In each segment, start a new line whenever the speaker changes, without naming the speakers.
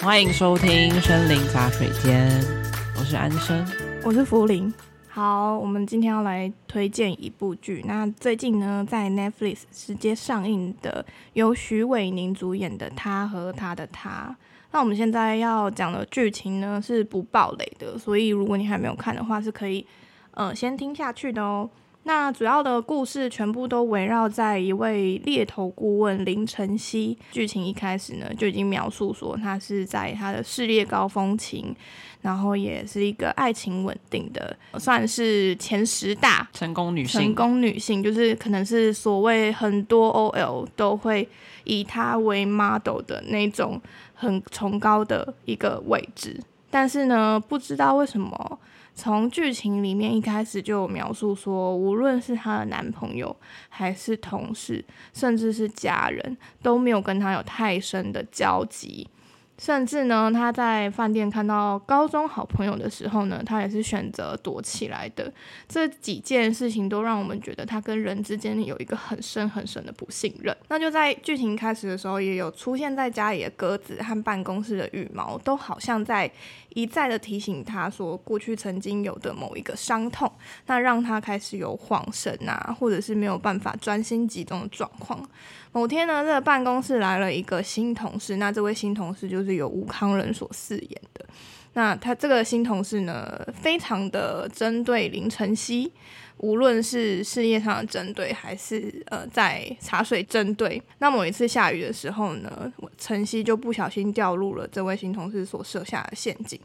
欢迎收听《森林茶水间》，我是安生。
我是福林。好，我们今天要来推荐一部剧。那最近呢，在 Netflix 直接上映的，由徐伟宁主演的《他和他的他》。那我们现在要讲的剧情呢是不暴雷的，所以如果你还没有看的话，是可以呃先听下去的哦。那主要的故事全部都围绕在一位猎头顾问林晨曦。剧情一开始呢就已经描述说，他是在他的事业高峰期，然后也是一个爱情稳定的，呃算是前十大
成功女性，
成功女性，就是可能是所谓很多 OL 都会以她为 model 的那种很崇高的一个位置。但是呢，不知道为什么，从剧情里面一开始就有描述说，无论是她的男朋友，还是同事，甚至是家人，都没有跟她有太深的交集。甚至呢，她在饭店看到高中好朋友的时候呢，她也是选择躲起来的。这几件事情都让我们觉得他跟人之间有一个很深很深的不信任。那就在剧情开始的时候，也有出现在家里的鸽子和办公室的羽毛，都好像在一再的提醒他说，过去曾经有的某一个伤痛，那让他开始有晃神啊，或者是没有办法专心集中的状况。某天呢，这个办公室来了一个新同事，那这位新同事就是由吴康仁所饰演的。那他这个新同事呢，非常的针对林晨曦，无论是事业上的针对，还是呃在茶水针对。那某一次下雨的时候呢，我晨曦就不小心掉入了这位新同事所设下的陷阱。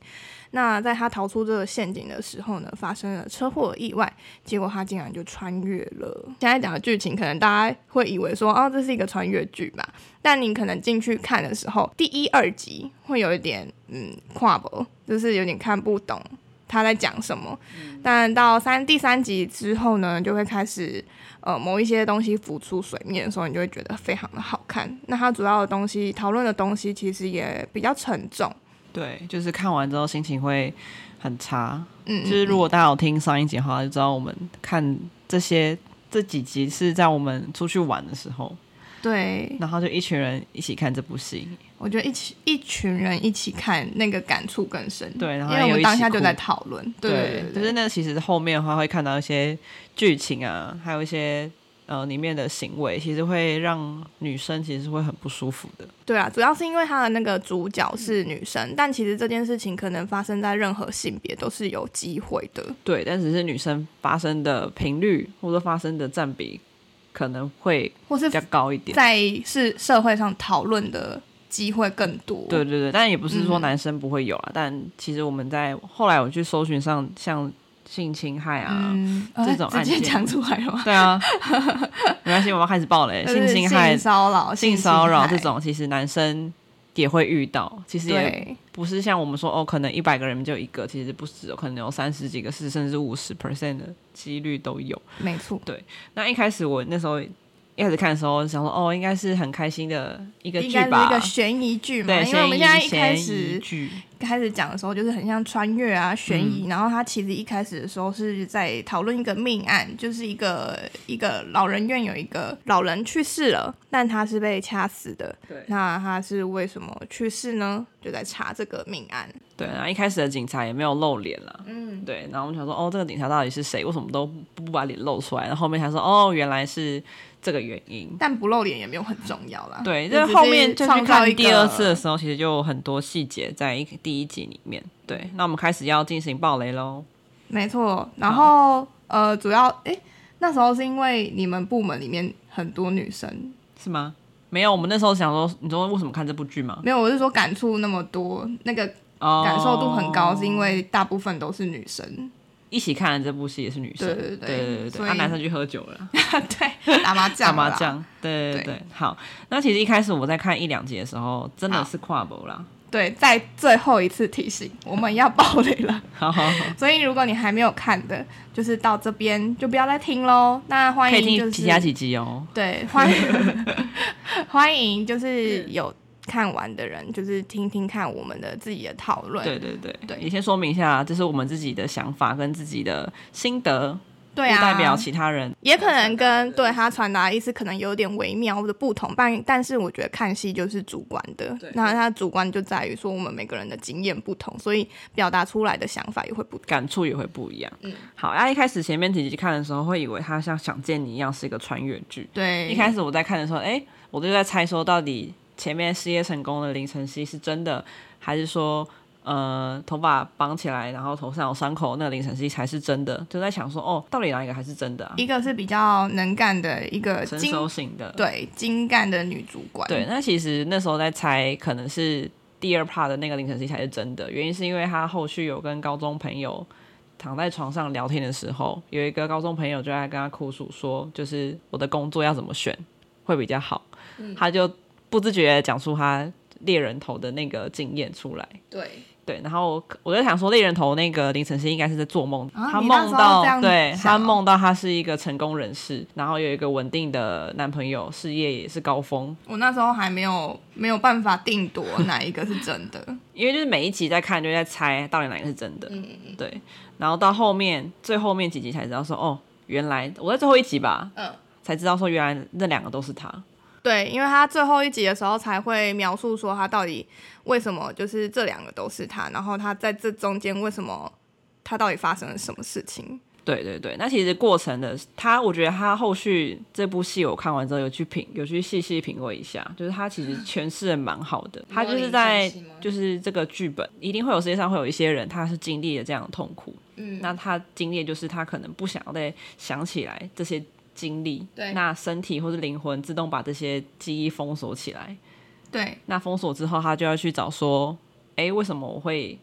那在他逃出这个陷阱的时候呢，发生了车祸意外，结果他竟然就穿越了。现在讲的剧情，可能大家会以为说，哦，这是一个穿越剧吧？但你可能进去看的时候，第一、二集会有一点嗯跨博，就是有点看不懂他在讲什么。
嗯
但到三第三集之后呢，就会开始呃某一些东西浮出水面的时候，你就会觉得非常的好看。那它主要的东西讨论的东西其实也比较沉重，
对，就是看完之后心情会很差。
嗯，
就是如果大家有听上一集的话，就知道我们看这些这几集是在我们出去玩的时候，
对，
然后就一群人一起看这部戏。
我觉得一起一群人一起看那个感触更深，
对然后
因为我
有一
们
起
当下
哭
就在讨论，对对对，
就是那其实后面的话会看到一些剧情啊，还有一些呃里面的行为，其实会让女生其实会很不舒服的。
对啊，主要是因为他的那个主角是女
嗯
生，但其实这件事情可能发生在任何性别都是有机会的。
对，但只是女生发生的频率或者发生的占比可能会
或是
比较高一点。
在是社会上讨论的机会更多。
对对对，但也不是说
嗯
男生不会有啊，但其实我们在后来我去搜寻上，像性侵害啊，
嗯，
这
呃
种
直
案
接
件
讲出来了吗？
对啊，没关系，我们开始报嘞，
就是
侵害、
呃性骚扰、
性骚扰
害
这，种，其实男生也会遇到，其实也
对
不是像我们说哦，可能一百个人就一个，其实不止，哦可能有三十几个是甚至五十 percent 的几率都有。
没错，
那一开始我那时候一开始看的时候，想说哦，应该是很开心的一个
应
剧
该是一
吧
个。悬疑剧嘛，
对，
因为我们
悬疑
现在一
悬
开
疑
始
剧，
开始讲的时候，就是很像穿越啊、
嗯
悬疑。然后他其实一开始的时候是在讨论一个命案，就是一个一个老人院有一个老人去世了，但他是被掐死的。
对
那他是为什么去世呢？就在查这个命案。
对，然后一开始的警察也没有露脸啦，
嗯，
对，然后我们想说，哦，这个警察到底是谁？为什么都不不把脸露出来？然后后面才说，哦，原来是这个原因。
但不露脸也没有很重要啦。
对，
就
这
只
后面
是
就去
创造
看
一
第二次的
个
时候，其实就有很多细节在一第一集里面。对，那我们开始要进行暴雷喽。
没错。然后呃，主要诶，那时候是因为你们部门里面很多女生，
是吗？没有，我们那时候想说，你说为什么看这部剧吗？
没有，我是说感触那么多，那个
哦
感受度很高，是因为大部分都是 女生，
一起看的这部戏也是女生，
对
对
对对
对对
所
对，
以
啊，男生去喝酒了，
对，打麻
打
将，
麻，将，对对
对
对。好，那其实一开始我在看一两集的时候，真的是跨博啦，
对，在最后一次提醒，我们要爆雷了，
好好好，
所以如果你还没有看的，就是到这边就不要再听喽。那欢
可以
迎
听
就是
其他几集哦。
对，欢迎 欢迎就是
嗯
有看完的人，就是听听看我们的自己的讨论，
对对对
对
也先说明一下，这是我们自己的想法跟自己的心得。
对
不
啊，
代表其他人。
也可能跟对他传达的意思可能有点微妙的不同，但但是我觉得看戏就是主观的
对，
那他主观就在于说我们每个人的经验不同，所以表达出来的想法也会不同。
感触也会不一样。嗯，好，那、一开始前面几集看的时候，会以为它像《想见你》一样是一个穿越剧。
对，
一开始我在看的时候，哎、我就在猜说，到底前面事业成功的林晨曦是真的，还是说，呃，头发绑起来，然后头上有伤口那个林晨曦才是真的？就在想说，哦，到底哪一个还是真的、啊？
一个是比较能干的一个
成
精
熟型的，
对精干的女主管，
对，那其实那时候在猜，可能是第二 part 的那个凌晨 C 才是真的，原因是因为他后续有跟高中朋友躺在床上聊天的时候，有一个高中朋友就在跟他哭诉说，就是我的工作要怎么选会比较好，
嗯
他就不自觉地讲出他猎人头的那个经验出来。
对，
对，然后我就想说，猎人头那个凌晨曦应该是在做梦，
啊
他
你那
梦
时候这
到，
样
对
想哦
他梦到他是一个成功人士，然后有一个稳定的男朋友，事业也是高峰，
我那时候还没有没有办法定夺哪一个是真 的，
因为就是每一集在看，就在猜到底哪个是真的。嗯对。然后到后面最后面几集才知道说，哦，原来我在最后一集吧，
嗯，
才知道说原来那两个都是他。
对，因为他最后一集的时候才会描述说他到底为什么就是这两个都是他，然后他在这中间为什么他到底发生了什么事情？
对对对，那其实过程的他，我觉得他后续这部戏我看完之后有去品，有去细细品味一下，就是他其实诠释的蛮好的。他就是在就是这个剧本，一定会有世界上会有一些人，他是经历了这样的痛苦，嗯，那他经历的就是他可能不想要再想起来这些经历，
对
那身体或是灵魂自动把这些记忆封锁起来，
对
那封锁之后，他就要去找说，哎，为什么我会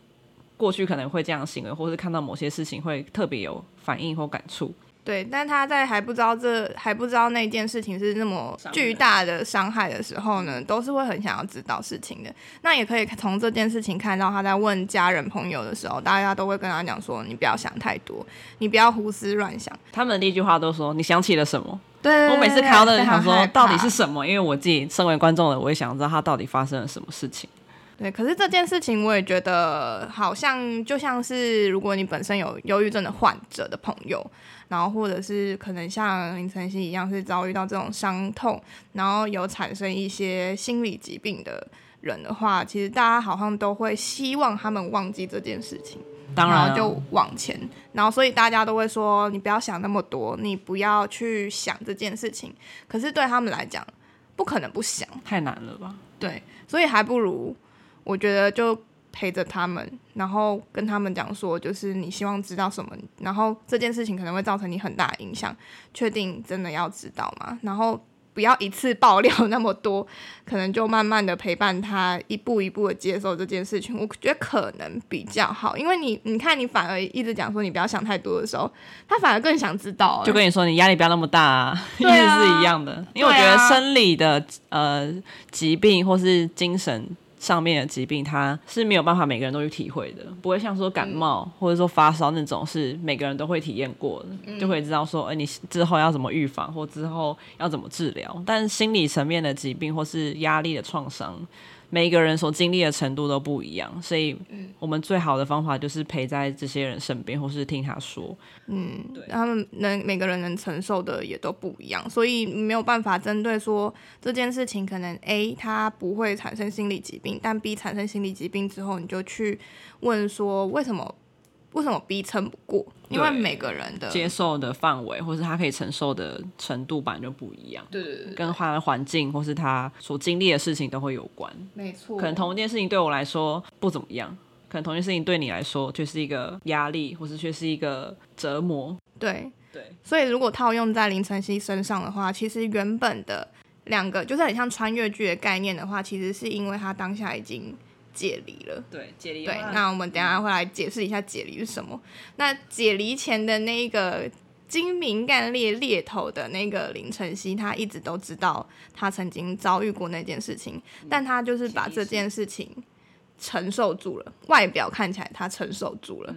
过去可能会这样行为，或是看到某些事情会特别有反应或感触？
对，但他在还不知道这还不知道那件事情是那么巨大的伤害的时候呢，都是会很想要知道事情的。那也可以从这件事情看到，他在问家人朋友的时候，大家都会跟他讲说：“你不要想太多，你不要胡思乱想。
他们的第一句话都说：“你想起了什么？”
对”对，
我每次看到那里想说，到底是
什
什么？因为我自己身为观众的，我也想知道他到底发生了什么事
嗯
情。
对，可是这件事情我也觉得好像就像是如果你本身有忧郁症的患者的朋友，然后或者是可能像林晨曦一样是遭遇到这种伤痛，然后有产生一些心理疾病的人的话，其实大家好像都会希望他们忘记这件事情。
当
然
然啊
后就往前，然后所以大家都会说你不要想那么多，你不要去想这件事情。可是对他们来讲，不可能不想，
太难了吧？
对，所以还不如我觉得就陪着他们，然后跟他们讲说，就是你希望知道什么，然后这件事情可能会造成你很大的影响，确定真的要知道吗？然后不要一次爆料那么多，可能就慢慢的陪伴他，一步一步的接受这件事情，我觉得可能比较好，因为你你看你反而一直讲说你不要想太多的时候，他反而更想知道、欸
就跟你说，你压力不要那么大、啊， 意
对
思
啊
是一样的。因为我觉
对
得
啊
生理的呃疾病或是精神上面的疾病，它是没有办法每个人都去体会的，不会像说
嗯
感冒、或者说发烧那种是每个人都会体验过的，
嗯
就会知道说，哎、你之后要怎么预防或之后要怎么治疗。但心理层面的疾病或是压力的创伤，每一个人所经历的程度都不一样，所以
嗯
我们最好的方法就是陪在这些人身边，或是听他说。
他们能每个人能承受的也都不一样，所以没有办法针对说这件事情，可能 A 他不会产生心理疾病，但 B 产生心理疾病之后，你就去问说为什么为什么 B 撑不过？因为
对
每个人的
接受的范围，或是他可以承受的程度版就不一样，
对对对，
跟他的环境或是他所经历的事情都会有关。
没错，
可能同一件事情对我来说不怎么样，可能同一件事情对你来说却是一个压力，或是却是一个折磨。
对
对，
所以如果套用在林晨曦身上的话，其实原本的两个就是很像穿越剧的概念的话，其实是因为他当下已经解离了。
对，解离
对，那我们等一下会来解释一下解离是什么。那解离前的那一个精明干练猎头的那个林晨曦，他一直都知道他曾经遭遇过那件事情，但他就是把这件事情承受住了。外表看起来他承受住了，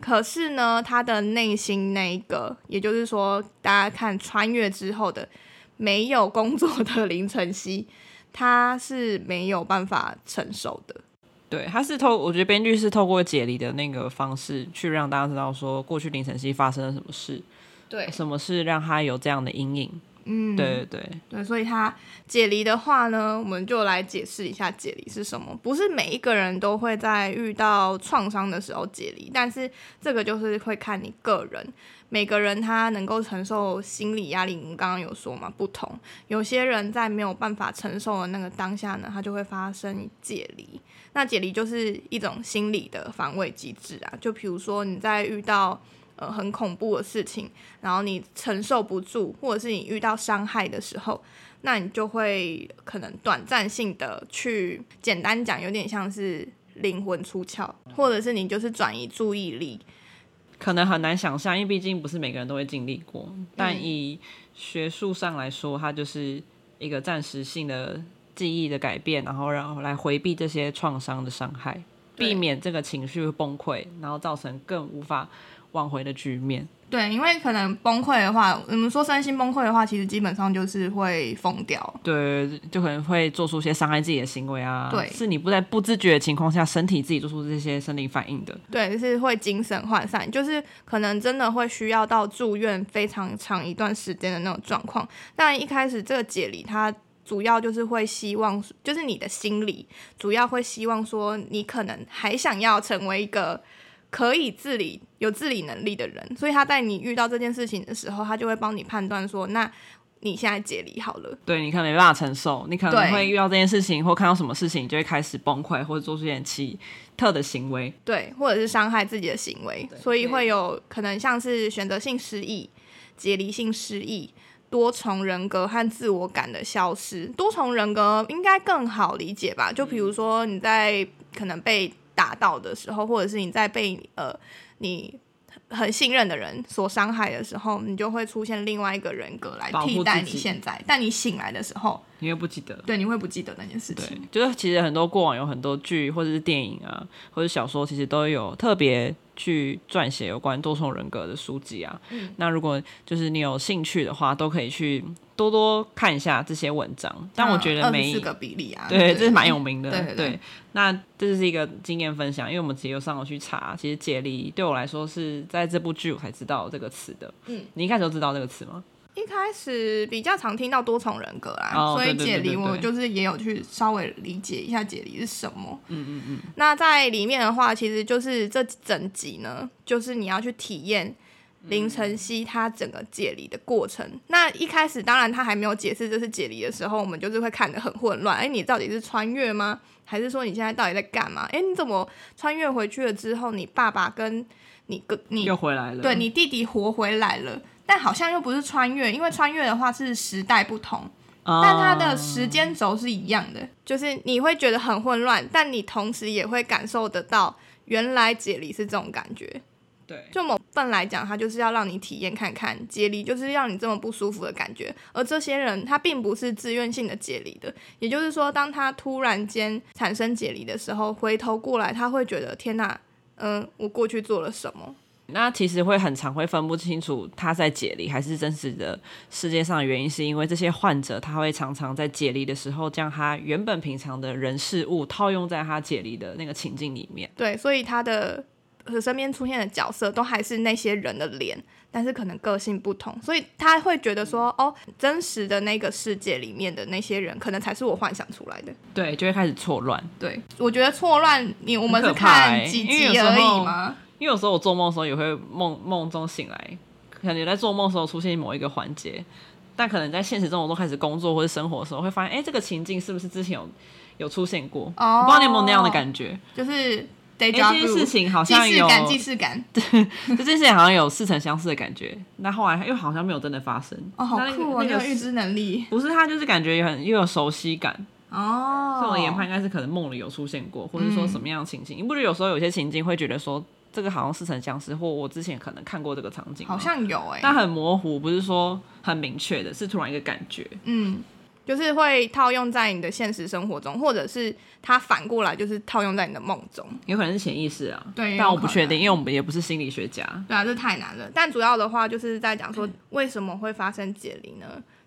可是呢，他的内心那一个，也就是说，大家看穿越之后的没有工作的林晨曦，他是没有办法承受的。
对，他是透，我觉得编剧是透过解离的那个方式去让大家知道说过去凌晨曦发生了什么事，
对
什么是让他有这样的阴影？
嗯，
对对对，
对，所以它解离的话呢，我们就来解释一下解离是什么。不是每一个人都会在遇到创伤的时候解离，但是这个就是会看你个人，每个人他能够承受心理压力，我们刚刚有说嘛，不同。有些人在没有办法承受的那个当下呢，他就会发生解离。那解离就是一种心理的防卫机制啊，就比如说你在遇到呃很恐怖的事情，然后你承受不住，或者是你遇到伤害的时候，那你就会可能短暂性的去，简单讲，有点像是灵魂出窍，或者是你就是转移注意力。
可能很难想象，因为毕竟不是每个人都会经历过。
嗯
但以学术上来说，它就是一个暂时性的记忆的改变，然后然后来回避这些创伤的伤害，
对
避免这个情绪崩溃，然后造成更无法挽回的局面。
对，因为可能崩溃的话，我们说身心崩溃的话，其实基本上就是会疯掉。
对，就可能会做出一些伤害自己的行为啊。
对
是你不在不自觉的情况下，身体自己做出这些生理反应的。
对，就是会精神涣散，就是可能真的会需要到住院非常长一段时间的那种状况。但一开始这个解离，它主要就是会希望，就是你的心理主要会希望说，你可能还想要成为一个可以自理、有自理能力的人，所以他在你遇到这件事情的时候，他就会帮你判断说，那你现在解离好了。
对你可能没办法承受，你可
对
能会遇到这件事情或看到什么事情，你就会开始崩溃或者做出一点奇特的行为。
对，或者是伤害自己的行为，所以会有可能像是选择性失忆、解离性失忆、多重人格和自我感的消失。多重人格应该更好理解吧？就
嗯
比如说你在可能被打到的时候，或者是你在被呃你。很信任的人所伤害的时候，你就会出现另外一个人格来
保护
替代
自
你
己
现在。但你醒来的时候，
你会不记得。
对，你会不记得那件事
对
情。，
就是其实很多过往有很多剧或者是电影啊，或者小说，其实都有特别去撰写有关多重人格的书籍啊。
嗯
那如果就是你有兴趣的话，都可以去多多看一下这些文章。但我觉得每
哦四个比例啊，
对，这是蛮有名的。
对对对
那这是一个经验分享，因为我们直接上网去查，其实解离对我来说是在这部剧我才知道这个词的。
嗯，
你一开始就知道这个词吗？
一开始比较常听到多重人格啦，
哦
所以
对对
解离
对对
我
对
就是也有去稍微理解一下解离是什么。嗯嗯嗯。那在里面的话，其实就是这整集呢，就是你要去体验林晨曦他整个解离的过程。那一开始当然他还没有解释这是解离的时候，我们就是会看得很混乱。哎、你到底是穿越吗？还是说你现在到底在干嘛？哎、你怎么穿越回去了之后，你爸爸跟你哥你
又回来了。
嗯对你弟弟活回来了，但好像又不是穿越，因为穿越的话是时代不同，
啊，
但它的时间轴是一样的，就是你会觉得很混乱，但你同时也会感受得到，原来解离是这种感觉。
对
就某部分来讲，它就是要让你体验看看解离，就是让你这么不舒服的感觉。而这些人他并不是自愿性的解离的，也就是说，当他突然间产生解离的时候，回头过来他会觉得天哪，嗯、我过去做了什么？
那其实会很常会分不清楚他在解离还是真实的世界上的原因，是因为这些患者他会常常在解离的时候，将他原本平常的人事物套用在他解离的那个情境里面。
对，所以他的呃身边出现的角色都还是那些人的脸，但是可能个性不同，所以他会觉得说，哦，真实的那个世界里面的那些人，可能才是我幻想出来的。
对，就会开始错乱。
对，我觉得错乱，你我们是
很可怕
看
欸
几
因为
集
有时
而已
候
吗？
因为有时候我做梦的时候也会梦梦中醒来，可能在做梦的时候出现某一个环节，但可能在现实中我都开始工作或者生活的时候，会发现，哎、这个情境是不是之前有有出现过？
哦
我不知道你有没有那样的感觉？
就是
哎、
day job
这件事情好像
既视
有，
感，既视感。
就这件事情好像有似曾相识的感觉，那后来又好像没有真的发生。
哦，好
那那个
酷哦，
那
你
个
有预知能力
不是他，就是感觉很又有熟悉感。
哦。嗯
这种研判应该是可能梦里有出现过，或者说什么样的情境。你不觉得有时候有些情境会觉得说这个好像似曾相识，或我之前可能看过这个场景吗，
好像有哎、
但很模糊，不是说很明确的，是突然一个感觉。
嗯，就是会套用在你的现实生活中，或者是它反过来就是套用在你的梦中。
有可能是潜意识啊，
对
但
有
我不
可
确
能
定，因为我们也不是心理学家。
对啊，这太难了。但主要的话就是在讲说为什么会发生解离呢？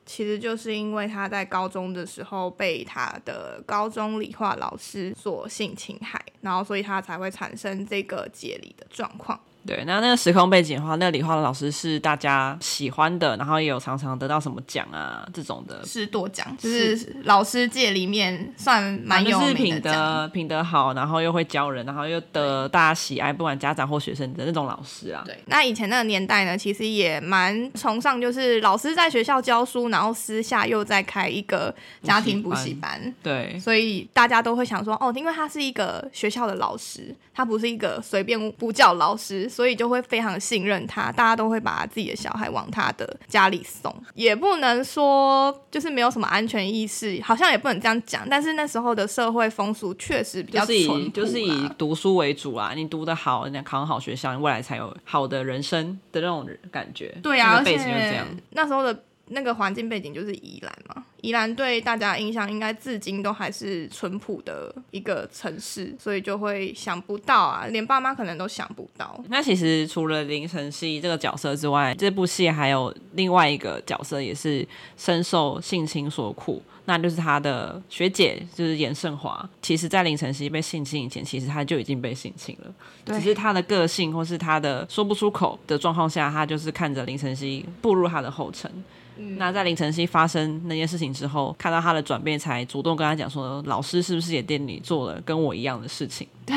其实就是因为他在高中的时候被他的高中理化老师所性侵害，然后所以他才会产生这个解离的状况。
对，那那个时空背景的话，那个理化的老师是大家喜欢的，然后也有常常得到什么奖啊这种的，
是多奖，就是老师界里面算蛮有
就是
名
品
奖。
德品德好，然后又会教人，然后又得大家喜爱，不管家长或学生的那种老师啊。
对，那以前那个年代呢，其实也蛮崇尚，就是老师在学校教书，然后私下又在开一个家庭补习班，
对
所以大家都会想说，哦，因为他是一个学校的老师，他不是一个随便补教老师，所以就会非常信任他，大家都会把自己的小孩往他的家里送，也不能说就是没有什么安全意识，好像也不能这样讲，但是那时候的社会风俗确实比
就
较
是
淳朴
以
啦
就是以读书为主啊，你读得好，你考上好学校，你未来才有好的人生的那种感觉。
对啊，
那
而
个
且
背景就是这样。
那时候的那个环境背景就是宜兰嘛，宜兰对大家的印象应该至今都还是淳朴的一个城市，所以就会想不到啊，连爸妈可能都想不到。
那其实除了林晨曦这个角色之外，这部戏还有另外一个角色也是深受性侵所苦，那就是他的学姐，就是严胜华。其实，在林晨曦被性侵以前，其实他就已经被性侵了，只是他的个性或是他的说不出口的状况下，他就是看着林晨曦步入他的后尘。
嗯
那在林晨曦发生那件事情之后，看到他的转变，才主动跟他讲说，老师是不是也对你做了跟我一样的事情？对。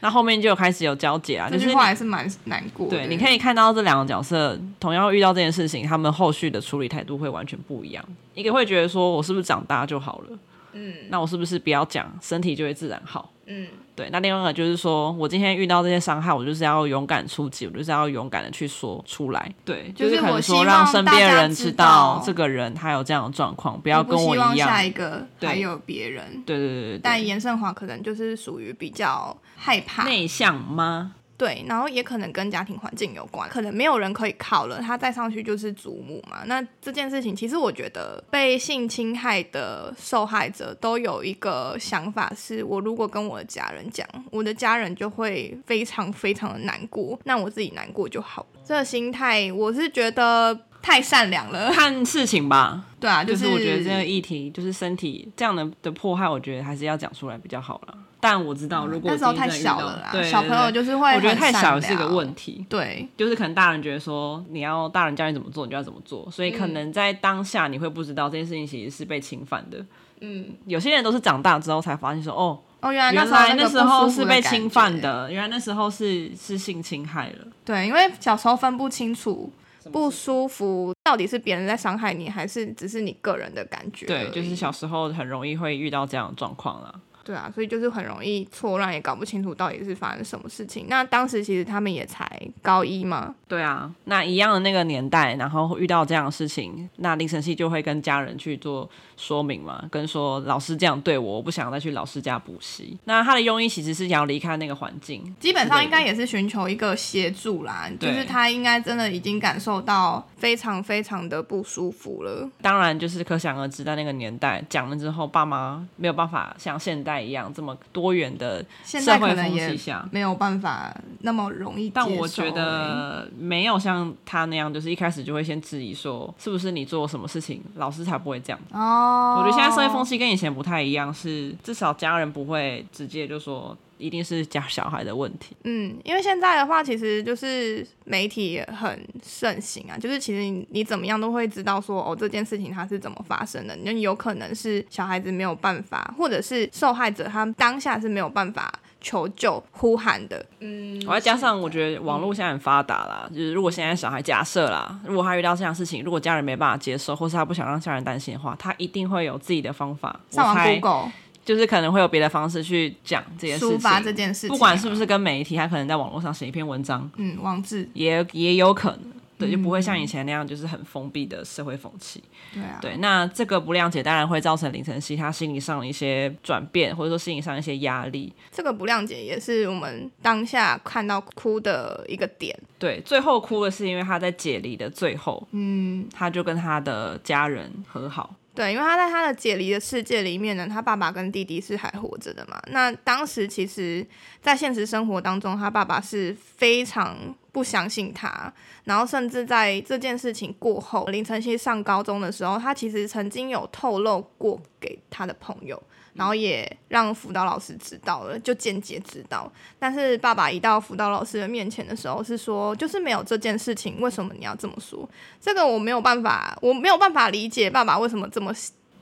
那后面就有开始有交解啊，
这
就是
句话还是蛮难过的。
对，你可以看到这两个角色同样遇到这件事情，他们后续的处理态度会完全不一样。一个会觉得说我是不是长大就好了，嗯，那我是不是不要讲，身体就会自然好，嗯，对。那另外一个就是说我今天遇到这些伤害，我就是要勇敢出击，我就是要勇敢的去说出来，对，就
就是
可
我
能
希
说让
望
身
大
边
家
人
知
知
道
道这个人他有这样的状况，不要
我不
跟
希望
一样。
下一个还
对
有别人。
对对对对对，
但严胜华可能就是属于比较害怕，
内向吗？
对，然后也可能跟家庭环境有关，可能没有人可以靠了，他再上去就是祖母嘛。那这件事情，其实我觉得被性侵害的受害者都有一个想法是，我如果跟我的家人讲，我的家人就会非常非常的难过，那我自己难过就好。这个心态，我是觉得太善良了。
看事情吧，
对啊，
就是是我觉得这个议题，就是身体这样的的迫害，我觉得还是要讲出来比较好了。但我知道，如果
嗯那
我
时候
今
太
天真的遇到
小了啦，
对
小朋
对
友
对
就是会
我觉得
很
太小
善
是个
良
问题。
对，
就是可能大人觉得说你要大人教你怎么做，你就要怎么做，所以可
嗯
能在当下你会不知道这件事情其实是被侵犯的。嗯，有些人都是长大之后才发现说，哦，
哦，原来那
原
时候
来那
个
时
不
候
舒服
是
的
被
感
侵犯
觉
的，原来那时候是是性侵害了。
对，因为小时候分不清楚不舒服到底是别人在伤害你，还是只是你个人的感觉而
对
已。，
就是小时候很容易会遇到这样的状况啦。
对啊，所以就是很容易错乱，也搞不清楚到底是发生什么事情。那当时其实他们也才高一嘛，
对啊，那一样的那个年代，然后遇到这样的事情，那林晨曦就会跟家人去做说明嘛，跟说老师这样对我，我不想再去老师家补习。那他的用意其实是想要离开那个环境，
基本上应该也是寻求一个协助啦，就是
对
他应该真的已经感受到非常非常的不舒服了。
当然就是可想而知，在那个年代讲了之后，爸妈没有办法像现代一样这么多元的
现
社
在可
会
能
风
也
气下。
没有办法那么容易接受而欸
但
已，
我觉得没有像他那样，就是一开始就会先质疑说，是不是你做什么事情，老师才不会这样
哦，
我觉得现在社会风气跟以前不太一样，是至少家人不会直接就说一定是家小孩的问题。
嗯，因为现在的话，其实就是媒体也很盛行啊，就是其实你你怎么样都会知道说，哦，这件事情它是怎么发生的，那有可能是小孩子没有办法，或者是受害者他当下是没有办法求救呼喊的，嗯
我再加上我觉得网络现在很发达啦，就是如果现在小孩假设啦，如果他遇到这样的事情，如果家人没办法接受，或是他不想让家人担心的话，他一定会有自己的方法。
上
我
网
猜
Google
就是可能会有别的方式去讲这件事
抒
情，
发这件事情啊，
不管是不是跟媒体，他可能在网络上写一篇文章，
嗯，网志，
也也有可能。对，就不会
嗯
像以前那样，就是很封闭的社会风气。
对啊，
对，那这个不谅解当然会造成林晨曦他心理上的一些转变，或者说心理上的一些压力。
这个不谅解也是我们当下看到哭的一个点，
对，最后哭的是因为他在解离的最后，
嗯，
他就跟他的家人和好。
对，因为他在他的解离的世界里面呢，他爸爸跟弟弟是还活着的嘛。那当时其实，在现实生活当中，他爸爸是非常不相信他，然后甚至在这件事情过后，林晨曦上高中的时候，他其实曾经有透露过给他的朋友，然后也让辅导老师知道了，就间接知道。但是爸爸一到辅导老师的面前的时候，是说就是没有这件事情，为什么你要这么说？这个我没有办法，我没有办法理解爸爸为什么这么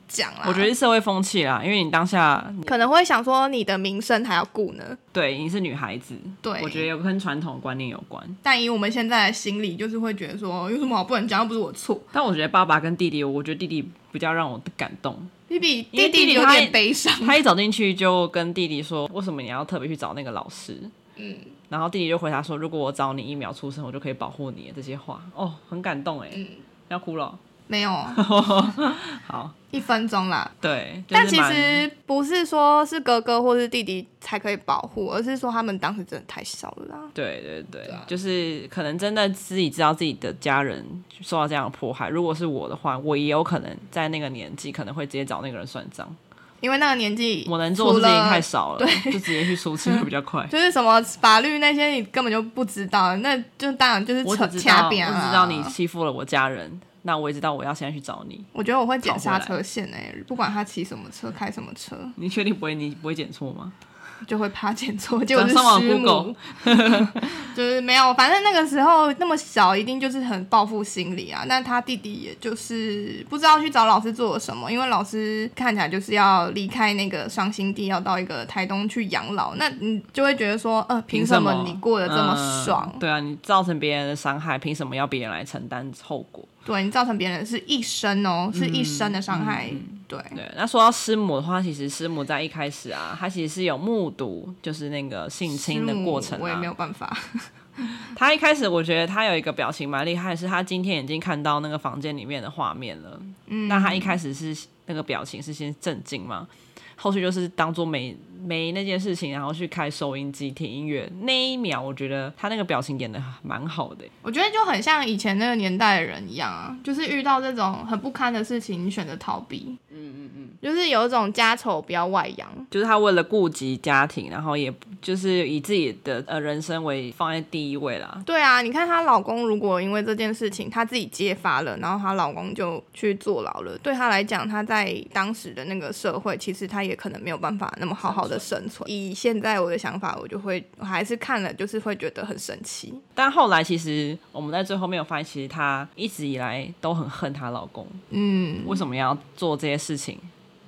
讲啦。
我觉得是社会风气啦，因为你当下
可能会想说，你的名声还要顾呢。
对你是女孩子，
对
我觉得有跟传统观念有关。
但以我们现在的心理，就是会觉得说，有什么好不能讲？又不是我错。
但我觉得爸爸跟弟弟，我觉得弟弟比较让我感动。
弟弟弟
为弟
弟
弟
有
他
点悲伤，
他一走进去就跟弟弟说：“为什么你要特别去找那个老师？”
嗯，
然后弟弟就回答说：“如果我找你一秒出生，我就可以保护你。”这些话哦，很感动哎，
嗯
要哭了。
没有
好，
一分钟啦。
对，就
但
是
其
蛮
实不是说是哥哥或是弟弟才可以保护，而是说他们当时真的太小了啦。
对对对，
啊
就是可能真的自己知道自己的家人受到这样的迫害。如果是我的话，我也有可能在那个年纪，可能会直接找那个人算账。
因为那个年纪，
我能做的事情太
除
少了，就直接去赎清会比较快
了。 就是什么法律那些你根本就不知道，那就当然就是
我
扯
只知道，
掐
我只
边啊。
知道你欺负了我家人，那我也知道我要现在去找你。
我觉得我会剪
跑
刹
回来
车线诶、不管他骑什么车、开什么车，
你确定不会你不会剪错吗？
就会怕剪 错，结果是
啊上网
师母
Google
就是没有。反正那个时候那么小，一定就是很报复心理啊。那他弟弟也就是不知道去找老师做了什么，因为老师看起来就是要离开那个伤心地，要到一个台东去养老。那你就会觉得说，呃，凭什么你过得这么爽？
嗯对啊，你造成别人的伤害，凭什么要别人来承担后果？
对你造成别人是一生哦，是一生的伤害。对，
对，那说到师母的话，其实师母在一开始啊，她其实是有目睹就是那个性侵的过程
我也没
啊
有。办法。
她一开始我觉得她有一个表情蛮厉害，是她今天已经看到那个房间里面的画面了。嗯，那她一开始是那个表情是先震惊嘛，后续就是当做没没那件事情，然后去开收音机听音乐。那一秒，我觉得她那个表情演的蛮好的欸、
我觉得就很像以前那个年代的人一样啊，就是遇到这种很不堪的事情，你选择逃避。嗯嗯嗯，就是有一种家丑不要外扬。
就是她为了顾及家庭，然后也就是以自己的呃人生为放在第一位啦。
对啊，你看她老公如果因为这件事情她自己揭发了，然后她老公就去坐牢了，对她来讲，她在当时的那个社会，其实她也可能没有办法那么好好的生存。以现在我的想法，我就会我还是看了，就是会觉得很生气。
但后来其实我们在最后面有发现，其实她一直以来都很恨她老公，
嗯
为什么要做这些事情？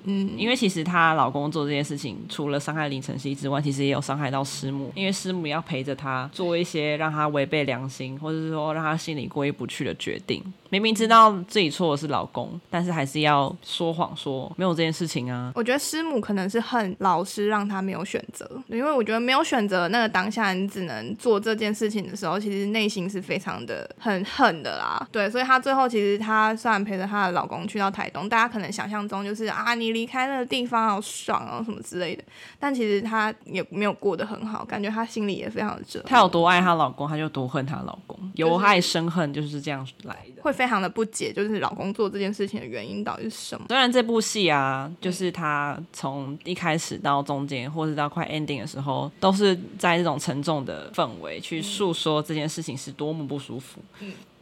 嗯，
因为其实她老公做这些事情，除了伤害林晨曦之外，其实也有伤害到师母，因为师母要陪着她做一些让她违背良心，或者是说让她心里过意不去的决定。明明知道自己错的是老公，但是还是要说谎说没有这件事情啊。
我觉得师母可能是恨老师让他没有选择，因为我觉得没有选择的那个当下，你只能做这件事情的时候，其实内心是非常的很恨的啦。对，所以她最后其实她虽然陪着她的老公去到台东，大家可能想象中就是啊，你离开那个地方好爽哦、什么之类的，但其实她也没有过得很好，感觉她心里也非常的折磨，
她有多爱她老公，她就多恨她老公，由爱生恨就是这样来的。
会非常的不解，就是老公做这件事情的原因到底是什么。
虽然这部戏啊，就是它从一开始到中间，或是到快 ending 的时候，都是在这种沉重的氛围去诉说这件事情是多么不舒服。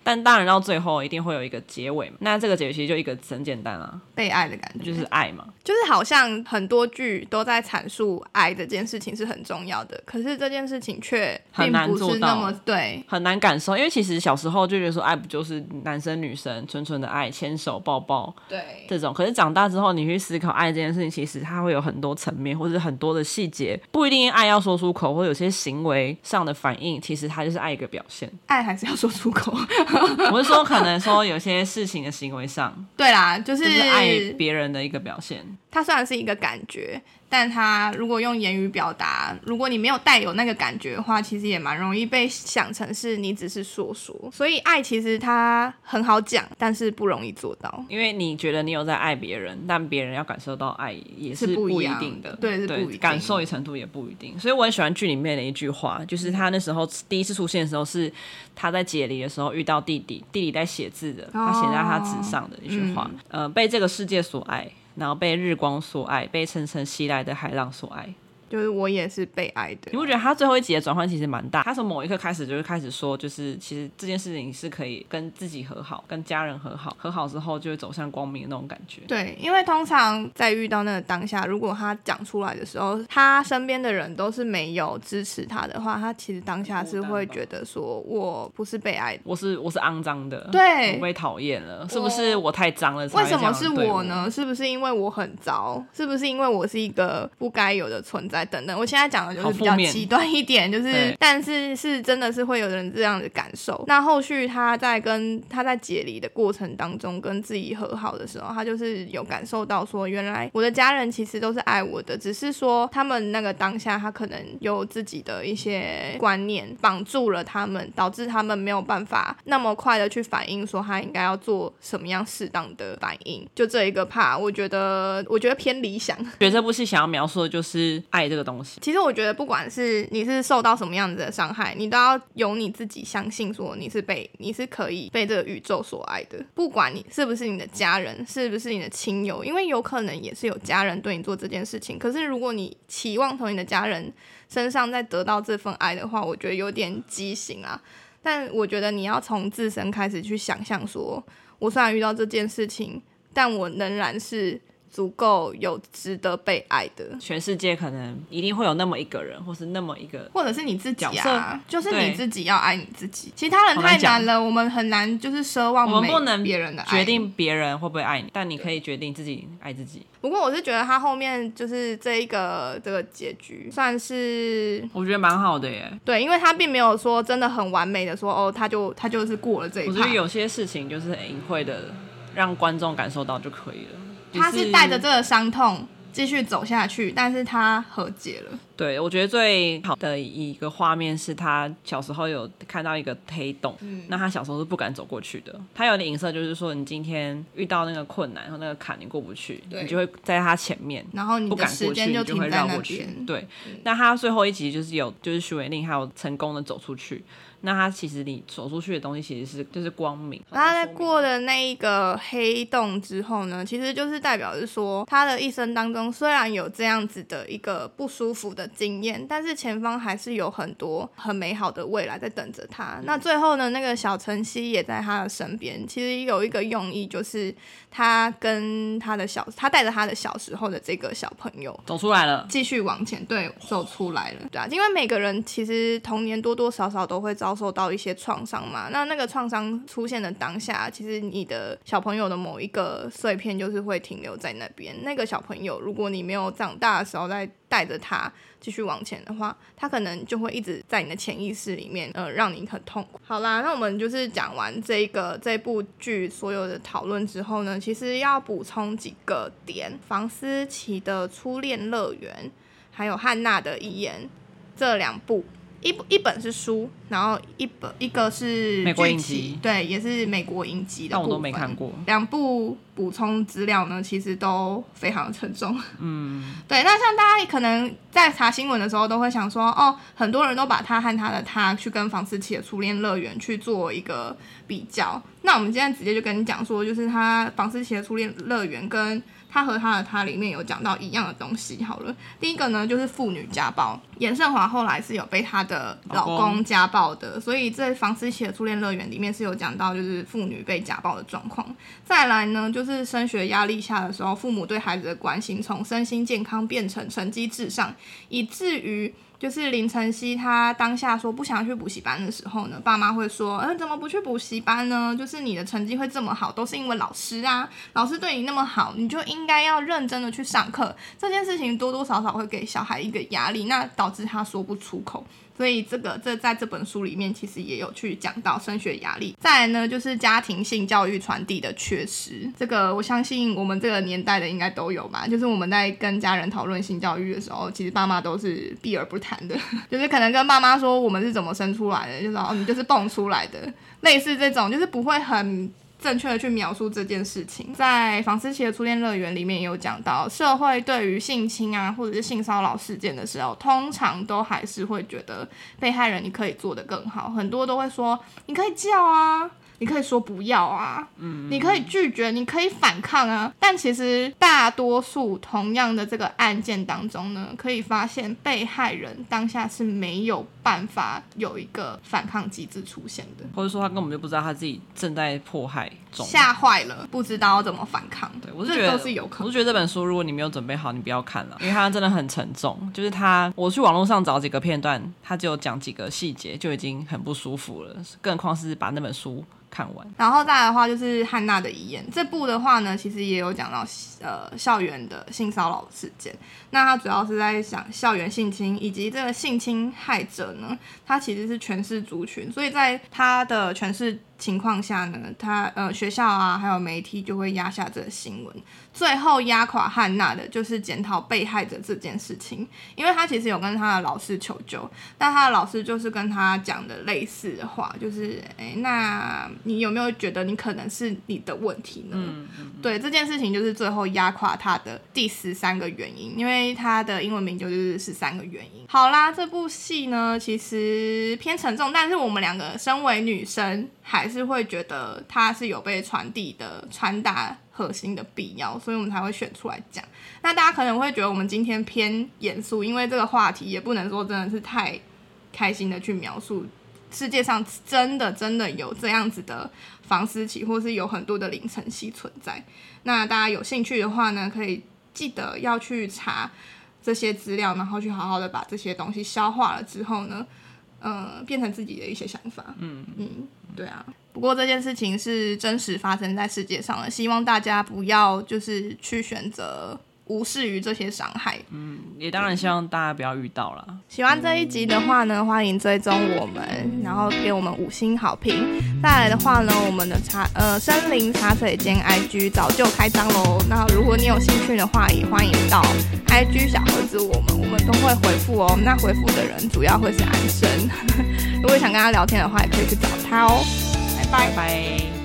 但当然到最后一定会有一个结尾嘛。那这个结尾其实就一个很简单啊，
被爱的感觉，
就是爱嘛。
就是好像很多剧都在阐述爱这件事情是很重要的，可是这件事情却并
很难
不是
做
那
到
么对。
很难感受，因为其实小时候就觉得说，爱不就是男生女生纯纯的爱，牵手抱抱
对
这种。可是长大之后，你去思考爱这件事情，其实它会有很多层面，或者很多的细节，不一定爱要说出口，或者有些行为上的反应，其实它就是爱一个表现。
爱还是要说出口。
我是说，可能说有些事情的行为上，
对啦，就是
就是爱别人的一个表现。
它虽然是一个感觉，但它如果用言语表达，如果你没有带有那个感觉的话，其实也蛮容易被想成是你只是说说。所以爱其实它很好讲，但是不容易做到。
因为你觉得你有在爱别人，但别人要感受到爱也
是不
不
一
一
样
定的，
的对是不一定
感受与程度也不一定。所以我很喜欢剧里面的一句话，就是他那时候第一次出现的时候，是他在解离的时候遇到弟弟，弟弟在写字的，他写在他纸上的一句话，
哦
呃，被这个世界所爱，然后被日光所爱，被层层袭来的海浪所爱。
就是我也是被爱的
你。不觉得他最后一集的转换其实蛮大？他从某一刻开始就是开始说，就是其实这件事情是可以跟自己和好，跟家人和好，和好之后就会走向光明的那种感觉。
对，因为通常在遇到那个当下，如果他讲出来的时候，他身边的人都是没有支持他的话，他其实当下是会觉得说我不是被爱的，
我是我是肮脏的，
对
嗯我被讨厌了，是不是我太脏了？
为
才
什
会这样
么是
对
我
我
呢？？是不是因为我很糟？是不是因为我是一个不该有的存在？等等，我现在讲的就
好
是比
负
较
面
极端一点，就是
对，
但是是真的是会有人这样的感受。那后续他在跟他在解离的过程当中，跟自己和好的时候，他就是有感受到说，原来我的家人其实都是爱我的，只是说他们那个当下，他可能有自己的一些观念绑住了他们，导致他们没有办法那么快的去反应，说他应该要做什么样适当的反应。就这一个怕，我觉得我觉得偏理想。
觉得这部戏想要描述的就是爱这个东西。
其实我觉得，不管是你是受到什么样子的伤害，你都要有你自己相信，说你是被你是可以被这个宇宙所爱的。不管你是不是你的家人，是不是你的亲友，因为有可能也是有家人对你做这件事情。可是如果你期望从你的家人身上再得到这份爱的话，我觉得有点畸形啊。但我觉得你要从自身开始去想象说我虽然遇到这件事情，但我仍然是足够有值得被爱的。
全世界可能一定会有那么一个人，或是那么一个
或者是你自己
角
啊
色，
就是
对
你自己要爱你自己，其他人
好
太
难讲
难了，我们很难就是奢望
我们
每
不能
别人的爱
决。定别人会不会爱你，但你可以决定自己爱自己。
不过我是觉得他后面就是这一个这个结局算是。
我觉得蛮好的耶。
对，因为他并没有说真的很完美的说哦，他就他就是过了这一
我
趴，
觉得有些事情就是很隐晦的让观众感受到就可以了。
他
就是
带着这个伤痛继续走下去，但是他和解了。
对，我觉得最好的一个画面是他小时候有看到一个黑洞，
嗯
那他小时候是不敢走过去的。他有点影射，就是说你今天遇到那个困难和那个坎，你过不去，
对
你就会在他前面，
然后你
不
的
敢
时
过去，
间
你就
停
会
在
绕
那
过去
边。。嗯
对，那他最后一集就是有，就是徐伟宁还有成功的走出去。那他其实你走出去的东西其实是就是光明。
他在过了那一个黑洞之后呢，其实就是代表是说，他的一生当中虽然有这样子的一个不舒服的经验，但是前方还是有很多很美好的未来在等着他。那最后呢，那个小晨曦也在他的身边，其实有一个用意，就是他跟他的小，他带着他的小时候的这个小朋友，
走出来了，
继续往前，对，走出来了，对啊，因为每个人其实童年多多少少都会遭受到一些创伤嘛。那那个创伤出现的当下，其实你的小朋友的某一个碎片就是会停留在那边。那个小朋友，如果你没有长大的时候再带着他继续往前的话，他可能就会一直在你的潜意识里面，呃，让你很痛苦。好啦，那我们就是讲完这个这部剧所有的讨论之后呢，其实要补充几个点：房思琪的《初恋乐园》，还有汉娜的《遗言》这两部。一部一本是书，然后一本一个是
美国
剧
影
集
集
对，也是美国影集的。
但我都没看。过。
两部补充资料呢，其实都非常的沉重。嗯，对。那像大家可能在查新闻的时候，都会想说，哦，很多人都把他和他的他去跟房思琪的初恋乐园去做一个比较。那我们今天直接就跟你讲说，就是他房思琪的初恋乐园跟他和他的他里面有讲到一样的东西。好了，第一个呢就是妇女家暴，严胜华后来是有被她的老
老
公
公
家暴的，所以在房思琪的初恋乐园里面是有讲到就是妇女被家暴的状况。再来呢，就是升学压力下的时候，父母对孩子的关心从身心健康变成成绩至上，以至于。就是林晨曦，她当下说不想去补习班的时候呢，爸妈会说，嗯、怎么不去补习班呢？就是你的成绩会这么好，都是因为老师啊，老师对你那么好，你就应该要认真的去上课。这件事情多多少少会给小孩一个压力，那导致他说不出口。所以这个这在这本书里面其实也有去讲到升学压力。再来呢，就是家庭性教育传递的缺失，这个我相信我们这个年代的应该都有吧。就是我们在跟家人讨论性教育的时候，其实爸妈都是避而不谈的， 就是可能跟爸妈说我们是怎么生出来的，就是哦你就是蹦出来的，类似这种，就是不会很。正确的去描述这件事情，在房思琪的初恋乐园里面也有讲到，社会对于性侵啊或者是性骚扰事件的时候，通常都还是会觉得被害人你可以做得更好，很多都会说你可以叫啊，你可以说不要啊，嗯，你可以拒绝，你可以反抗啊。但其实大多数同样的这个案件当中呢，可以发现被害人当下是没有办法有一个反抗机制出现的，
或者说他根本就不知道他自己正在迫害中。
吓坏了，不知道怎么反抗。
对，我是觉
这
得
都是有可
我
能。
是觉得这本书，如果你没有准备好，你不要看了，因为它真的很沉重。就是它，我去网络上找几个片段，它只有讲几个细节，就已经很不舒服了，更何况是把那本书看完。
然后再来的话就是汉娜的遗言这部的话呢，其实也有讲到呃校园的性骚扰事件。那它主要是在想校园性侵以及这个性侵害者呢，他其实是权势族群，所以在他的权势情况下呢，他呃学校啊还有媒体就会压下这个新闻，最后压垮汉娜的就是检讨被害者这件事情，因为他其实有跟他的老师求救，但他的老师就是跟他讲的类似的话，就是哎、诶那你有没有觉得你可能是你的问题呢？对这件事情，就是最后压垮他的第十三个原因，因为他的英文名就是十三个原因。好啦，这部戏呢其实偏沉重，但是我们两个身为女生，还是会觉得它是有被传递的传达核心的必要，所以我们才会选出来讲。那大家可能会觉得我们今天偏严肃，因为这个话题也不能说真的是太开心的去描述世界上真的真的有这样子的房思琪，或是有很多的凌晨系存在。那大家有兴趣的话呢，可以记得要去查这些资料，然后去好好的把这些东西消化了之后呢，呃，变成自己的一些想法。嗯嗯，对啊。不过这件事情是真实发生在世界上的，希望大家不要就是去选择无视于这些伤害。
也当然希望大家不要遇到啦。
喜欢这一集的话呢，欢迎追踪我们，然后给我们五星好评。再来的话呢，我们的茶呃森林茶水间 IG 早就开张喽。那如果你有兴趣的话，也欢迎到 IG 小盒子我们，我们都会回复哦。那回复的人主要 会是安生，如果想跟他聊天的话，也可以去找他哦。拜
拜
拜。
拜。